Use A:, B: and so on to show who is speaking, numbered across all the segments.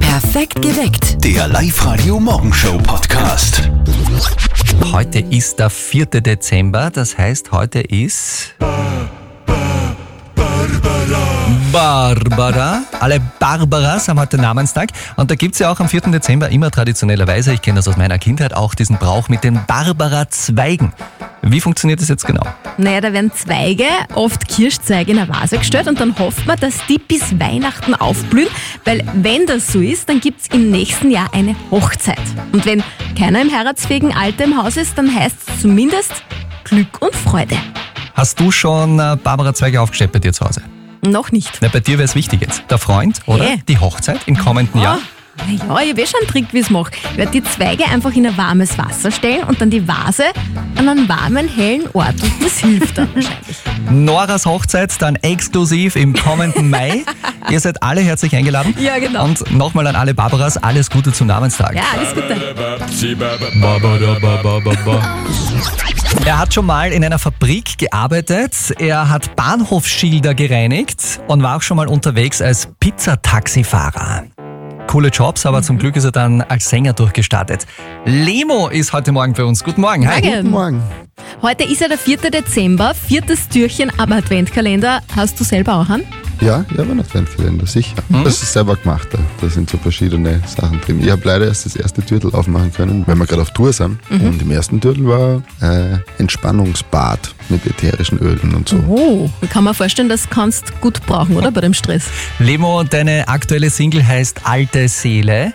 A: Perfekt geweckt.
B: Der Live-Radio Morgenshow Podcast.
C: Heute ist der 4. Dezember, das heißt, heute ist. Barbara. Alle Barbaras haben heute Namenstag. Und da gibt es ja auch am 4. Dezember immer traditionellerweise, ich kenne das aus meiner Kindheit, auch diesen Brauch mit den Barbara-Zweigen. Wie funktioniert das jetzt genau?
D: Naja, da werden Zweige, oft Kirschzweige, in eine Vase gestellt und dann hofft man, dass die bis Weihnachten aufblühen, weil wenn das so ist, dann gibt's im nächsten Jahr eine Hochzeit. Und wenn keiner im heiratsfähigen Alter im Haus ist, dann heißt es zumindest Glück und Freude.
C: Hast du schon äh, Barbara-Zweige aufgestellt bei dir zu Hause?
D: Noch nicht.
C: Na, bei dir wäre es wichtig jetzt. Der Freund, oder?
D: Hä?
C: Die Hochzeit im kommenden Jahr.
D: Ah, na Ja, ich habe eh schon einen Trick, wie ich's mache. Ich werde die Zweige einfach in ein warmes Wasser stellen und dann die Vase an einen warmen, hellen Ort. Und das hilft dann wahrscheinlich.
C: Noras Hochzeit dann exklusiv im kommenden Mai. Ihr seid alle herzlich eingeladen.
D: Ja, genau.
C: Und nochmal an alle Barbaras, alles Gute zum Namenstag.
D: Ja, alles Gute.
C: Er hat schon mal in einer Fabrik gearbeitet, er hat Bahnhofsschilder gereinigt und war auch schon mal unterwegs als Pizzataxifahrer. Coole Jobs, aber zum Glück ist er dann als Sänger durchgestartet. Lemo ist heute Morgen für uns. Guten Morgen. Hi.
D: Guten Morgen. Heute ist ja der 4. Dezember, viertes Türchen am Adventkalender. Hast du selber auch an?
E: Ja, ich habe einen Adventkalender, sicher. Das ist selber gemacht. Da. da sind so verschiedene Sachen drin. Ich habe leider erst das erste Türtel aufmachen können, weil wir gerade auf Tour sind. Und im ersten Türtel war äh, Entspannungsbad mit ätherischen Ölen und so.
D: Oh, ich kann mir vorstellen, das kannst du gut brauchen, oder? Bei dem Stress.
C: Lemo, deine aktuelle Single heißt Alte Seele.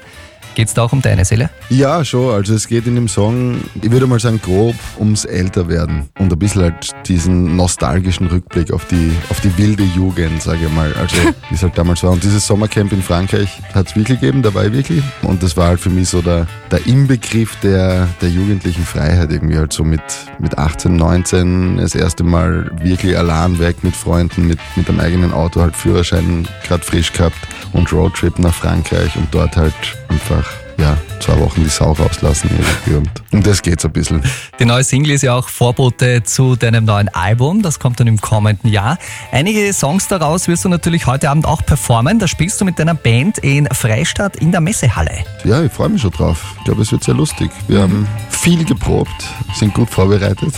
C: Geht's da auch um deine Seele?
E: Ja, schon. Also es geht in dem Song, ich würde mal sagen, grob ums Älterwerden. Und ein bisschen halt diesen nostalgischen Rückblick auf die, auf die wilde Jugend, sage ich mal. Also wie es halt damals war. Und dieses Sommercamp in Frankreich hat es wirklich gegeben, da war ich wirklich. Und das war halt für mich so der, der Inbegriff der, der jugendlichen Freiheit. Irgendwie halt so mit, mit 18, 19 das erste Mal wirklich allein weg mit Freunden, mit, mit einem eigenen Auto, halt Führerschein gerade frisch gehabt und Roadtrip nach Frankreich und dort halt einfach ja, zwei Wochen die Sau rauslassen irgendwie. Und um das geht's ein bisschen.
C: Die neue Single ist ja auch Vorbote zu deinem neuen Album. Das kommt dann im kommenden Jahr. Einige Songs daraus wirst du natürlich heute Abend auch performen. Da spielst du mit deiner Band in Freistadt in der Messehalle.
E: Ja, ich freue mich schon drauf. Ich glaube, es wird sehr lustig. Wir haben viel geprobt, sind gut vorbereitet.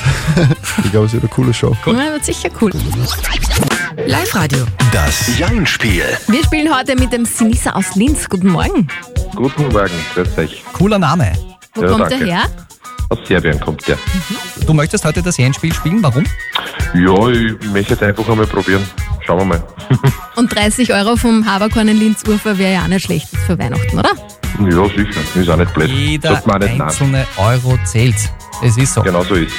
E: ich glaube, es wird eine coole Show.
D: Ja, wird sicher cool.
A: Live-Radio.
B: Das Jein-Spiel.
D: Wir spielen heute mit dem Sinisa aus Linz. Guten Morgen.
F: Guten Morgen, grüß euch.
C: Cooler Name.
D: Wo
F: Ja,
D: kommt
F: danke.
D: er her?
F: Aus Serbien kommt der.
C: Du möchtest heute das Jan-Spiel spielen. Warum?
F: Ja, ich möchte jetzt einfach einmal probieren. Schauen wir mal.
D: Und 30 Euro vom Haberkorn in Linz Ufer wäre ja auch nicht schlecht für Weihnachten, oder?
F: Ja, sicher. Ist auch nicht blöd.
C: Jeder
F: Sagt man auch nicht nein.
C: einzelne Euro zählt. Es ist so.
F: Genau so ist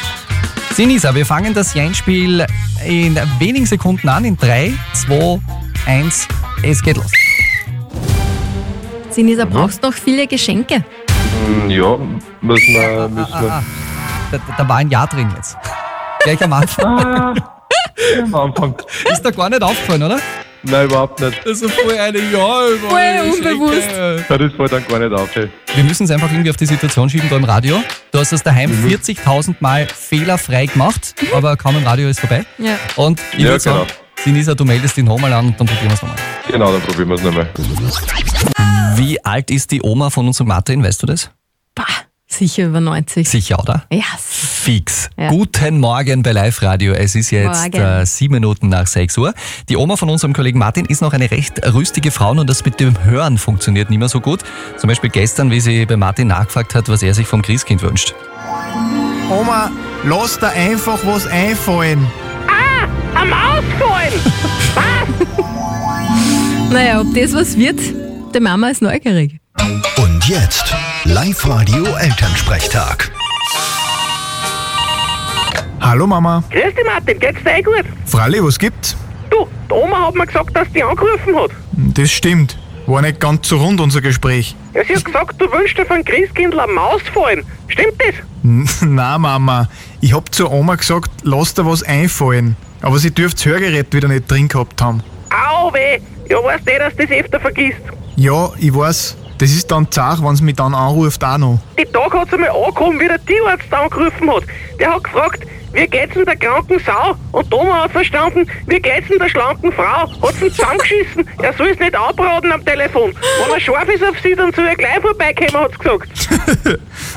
C: Sinisa, wir fangen das Jan-Spiel in wenigen Sekunden an. In 3, 2, 1, es geht los.
D: Sinisa, brauchst noch viele Geschenke.
F: Ja, müssen wir. Müssen wir.
C: Da, da war ein Ja drin jetzt. Gleich am Anfang.
F: Ah, am Anfang.
C: Ist da gar nicht aufgefallen, oder?
F: Nein, überhaupt nicht.
C: Das ist Also voll eine Ja eh
D: Voll unbewusst.
F: Ja, Das fällt dann gar nicht auf. ey.
C: Wir müssen es einfach irgendwie auf die Situation schieben da im Radio. Du hast das daheim
F: Mhm.
C: 40.000 Mal fehlerfrei gemacht, aber kaum im Radio ist vorbei.
D: Ja.
C: Und ich
F: Ja,
C: würde sagen,
F: genau.
C: Sinisa, du meldest ihn nochmal an und dann probieren wir es nochmal.
F: Genau, dann probieren wir es nochmal.
C: Wie alt ist die Oma von unserem Martin, weißt du das?
D: Bah, sicher über 90.
C: Sicher, oder?
D: Ja,
C: Fix.
D: Ja.
C: Guten Morgen bei Live Radio. Es ist jetzt
D: Morgen.
C: äh, sieben Minuten nach sechs Uhr. Die Oma von unserem Kollegen Martin ist noch eine recht rüstige Frau und das mit dem Hören funktioniert nicht mehr so gut. Zum Beispiel gestern, wie sie bei Martin nachgefragt hat, was er sich vom Christkind wünscht.
G: Oma, lass da einfach was einfallen.
H: Ah, am Ausholen.
D: naja, ob das was wird, die Mama ist neugierig.
B: Und jetzt Live-Radio Elternsprechtag.
G: Hallo Mama.
H: Grüß dich, Martin. Geht's dir eh gut?
G: Fralli, was gibt's?
H: Du, die Oma hat mir gesagt, dass die angerufen hat.
G: Das stimmt. War nicht ganz so rund unser Gespräch.
H: Ja, sie hat gesagt, du wünschst dir von Christkindl eine Maus fallen. Stimmt das?
G: N- Na Mama, ich hab zur Oma gesagt, lass da was einfallen. Aber sie dürft's Hörgerät wieder nicht drin gehabt haben.
H: Au weh. Ja, weißt eh, dass du das öfter vergisst.
G: Ja, ich weiß, das ist dann zart, wenn's mich dann anruft auch noch.
H: Die Tag hat sie mal angekommen, wie der Tierarzt angerufen hat. Der hat gefragt, wir geizen der kranken Sau. Und Thomas hat verstanden, wir geizen der schlanken Frau. Hat's ihn zusammengeschissen. Er soll's nicht abraten am Telefon. Wenn er scharf ist auf sie, dann soll er gleich vorbeikommen, hat's gesagt.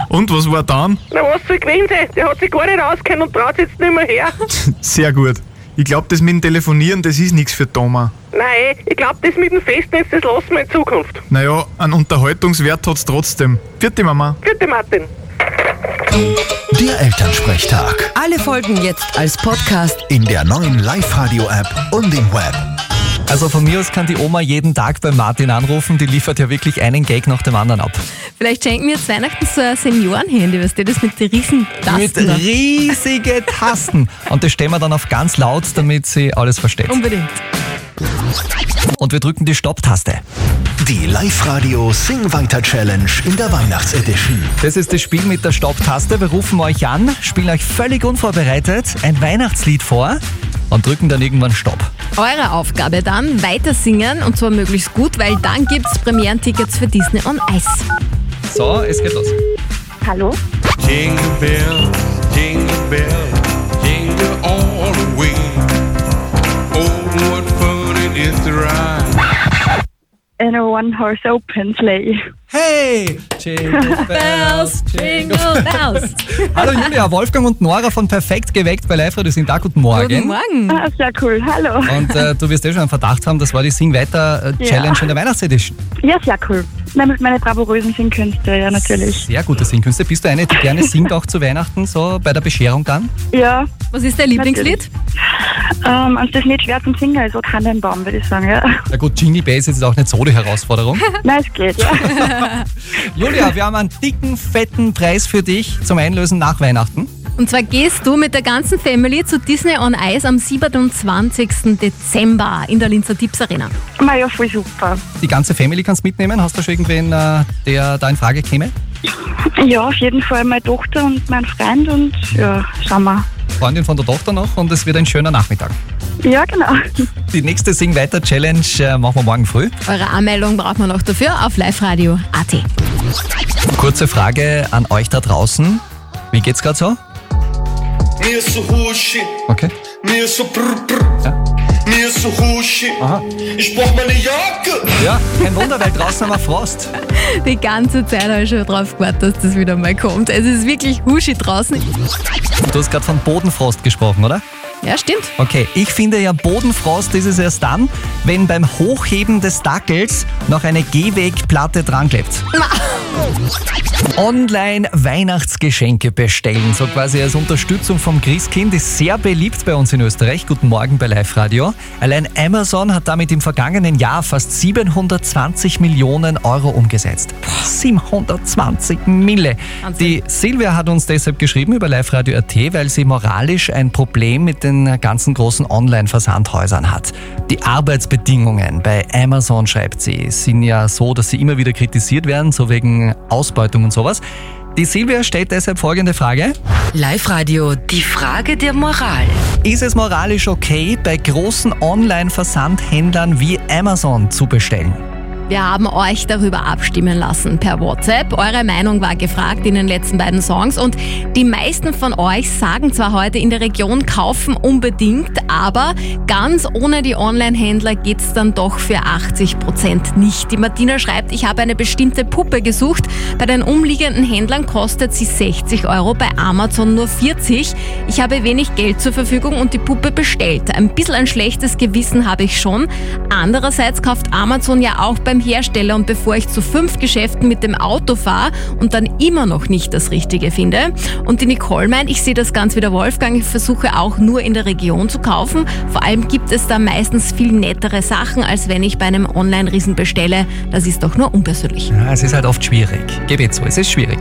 G: Und was war dann?
H: Na, was soll gewesen sein? Der hat sich gar nicht auskennen und traut jetzt nicht mehr her.
G: Sehr gut. Ich glaube, das mit dem Telefonieren, das ist nichts für Thomas.
H: Nein, ich glaube, das mit dem Festnetz, das lassen wir in Zukunft.
G: Naja, einen Unterhaltungswert hat's trotzdem. Vierte Mama.
H: Vierte Martin.
B: Der Elternsprechtag.
A: Alle Folgen jetzt als Podcast.
B: In der neuen Live-Radio-App und im Web.
C: Also von mir aus kann die Oma jeden Tag bei Martin anrufen, die liefert ja wirklich einen Gag nach dem anderen ab.
D: Vielleicht schenken wir jetzt Weihnachten so ein Seniorenhandy, weißt du, das mit den riesen
C: Mit
D: Tasten. da.
C: riesige Tasten. Und das stellen wir dann auf ganz laut, damit sie alles versteht.
D: Unbedingt.
C: Und wir drücken die Stopp-Taste.
B: Die Live-Radio Sing Weiter Challenge in der Weihnachtsedition.
C: Das ist das Spiel mit der Stopp-Taste. Wir rufen euch an, spielen euch völlig unvorbereitet ein Weihnachtslied vor und drücken dann irgendwann Stopp.
D: Eure Aufgabe dann, weiter singen und zwar möglichst gut, weil dann gibt's Premierentickets für Disney on Ice.
C: So, es geht los.
I: Hallo?
J: Jingle bell, jingle bell, jingle all the way. Oh, what fun it is to ride.
I: In a one-horse open sleigh.
C: Hey! Jingle bells,
D: Jingle Bells.
C: Hallo Julia, Wolfgang und Nora von Perfekt geweckt bei live Radio sind da. Guten Morgen.
D: Guten Morgen.
I: Ah, sehr cool, hallo.
J: Ah.
C: Und äh, du wirst eh schon einen Verdacht haben, das war die Sing Weiter äh,
I: Ja.
C: Challenge in der Weihnachtsedition.
I: Ja, sehr cool. Nein, mit meinen bravourösen Singkünste, ja, natürlich.
C: Sehr gute Singkünste. Bist du eine, die gerne singt auch zu Weihnachten, so bei der Bescherung dann?
I: Ja,
D: Was ist dein Lieblingslied?
I: ähm, und das ist nicht schwer zum Singen, also Tannenbaum, würde ich sagen, ja.
C: Na gut, Jingle Bass ist jetzt auch nicht so die Herausforderung.
I: Nein, es geht, ja.
C: Julia, wir haben einen dicken, fetten Preis für dich zum Einlösen nach Weihnachten.
D: Und zwar gehst du mit der ganzen Family zu Disney on Ice am 27. Dezember in der Linzer Tipps Arena.
I: Na ja, voll super.
C: Die ganze Family kannst mitnehmen. Hast du schon irgendwen, äh, der da in Frage käme?
I: Ja, auf jeden Fall meine Tochter und mein Freund und ja, schauen wir.
C: Freundin von der Tochter noch und es wird ein schöner Nachmittag.
I: Ja, genau.
C: Die nächste Sing Weiter Challenge äh, machen wir morgen früh.
D: Eure Anmeldung braucht man noch dafür auf liveradio.at.
C: Kurze Frage an euch da draußen. Wie geht's gerade so?
J: Mir so hushi,
C: Okay.
J: mir so brr brr.
C: Ja.
J: Mir so hushi,
C: Aha.
J: oh ich brauch meine Jacke.
C: Ja, kein Wunder, weil draußen haben wir Frost.
D: Die ganze Zeit habe ich schon drauf gewartet, dass das wieder mal kommt. Es ist wirklich huschi draußen.
C: Du hast gerade von Bodenfrost gesprochen, oder?
D: Ja, stimmt.
C: Okay, ich finde ja Bodenfrost ist es erst dann, wenn beim Hochheben des Dackels noch eine Gehwegplatte dran klebt. Online Weihnachtsgeschenke bestellen, so quasi als Unterstützung vom Christkind, ist sehr beliebt bei uns in Österreich. Guten Morgen bei Live Radio. Allein Amazon hat damit im vergangenen Jahr fast 720 Millionen Euro umgesetzt. 720 Mille.
D: Wahnsinn.
C: Die Silvia hat uns deshalb geschrieben über Live Radio AT, weil sie moralisch ein Problem mit den ganzen großen Online-Versandhäusern hat. Die Arbeitsbedingungen bei Amazon, schreibt sie, sind ja so, dass sie immer wieder kritisiert werden, so wegen Ausbeutung und sowas. Die Silvia stellt deshalb folgende Frage.
A: Live-Radio, die Frage der Moral.
C: Ist es moralisch okay, bei großen Online-Versandhändlern wie Amazon zu bestellen?
D: Wir haben euch darüber abstimmen lassen per WhatsApp. Eure Meinung war gefragt in den letzten beiden Songs und die meisten von euch sagen zwar heute in der Region kaufen unbedingt, aber ganz ohne die Online-Händler geht's dann doch für 80 Prozent nicht. Die Martina schreibt, ich habe eine bestimmte Puppe gesucht. Bei den umliegenden Händlern kostet sie 60 Euro, bei Amazon nur 40. Ich habe wenig Geld zur Verfügung und die Puppe bestellt. Ein bisschen ein schlechtes Gewissen habe ich schon. Andererseits kauft Amazon ja auch beim Hersteller und bevor ich zu fünf Geschäften mit dem Auto fahre und dann immer noch nicht das Richtige finde. Und die Nicole meint, ich sehe das ganz wie der Wolfgang, ich versuche auch nur in der Region zu kaufen. Vor allem gibt es da meistens viel nettere Sachen, als wenn ich bei einem Online-Riesen bestelle. Das ist doch nur unpersönlich.
C: Ja, es ist halt oft schwierig. Gebe ich zu, es ist schwierig.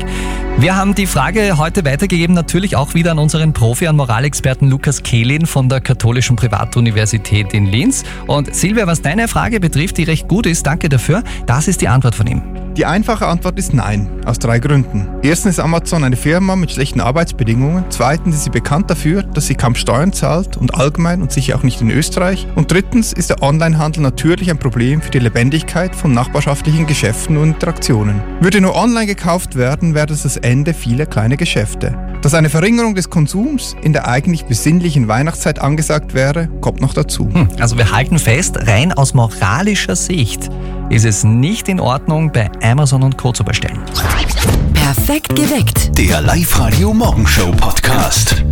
C: Wir haben die Frage heute weitergegeben, natürlich auch wieder an unseren Profi, an Moralexperten Lukas Kehlin von der Katholischen Privatuniversität in Linz. Und Silvia, was deine Frage betrifft, die recht gut ist, danke dafür, das ist die Antwort von ihm.
E: Die einfache Antwort ist nein, aus drei Gründen. Erstens ist Amazon eine Firma mit schlechten Arbeitsbedingungen. Zweitens ist sie bekannt dafür, dass sie kaum Steuern zahlt und allgemein und sicher auch nicht in Österreich. Und drittens ist der Onlinehandel natürlich ein Problem für die Lebendigkeit von nachbarschaftlichen Geschäften und Interaktionen. Würde nur online gekauft werden, wäre das das Ende vieler kleiner Geschäfte. Dass eine Verringerung des Konsums in der eigentlich besinnlichen Weihnachtszeit angesagt wäre, kommt noch dazu.
C: Also wir halten fest, rein aus moralischer Sicht ist es nicht in Ordnung, bei Amazon und Co. zu bestellen.
A: Perfekt geweckt.
B: Der Live-Radio Morgenshow Podcast.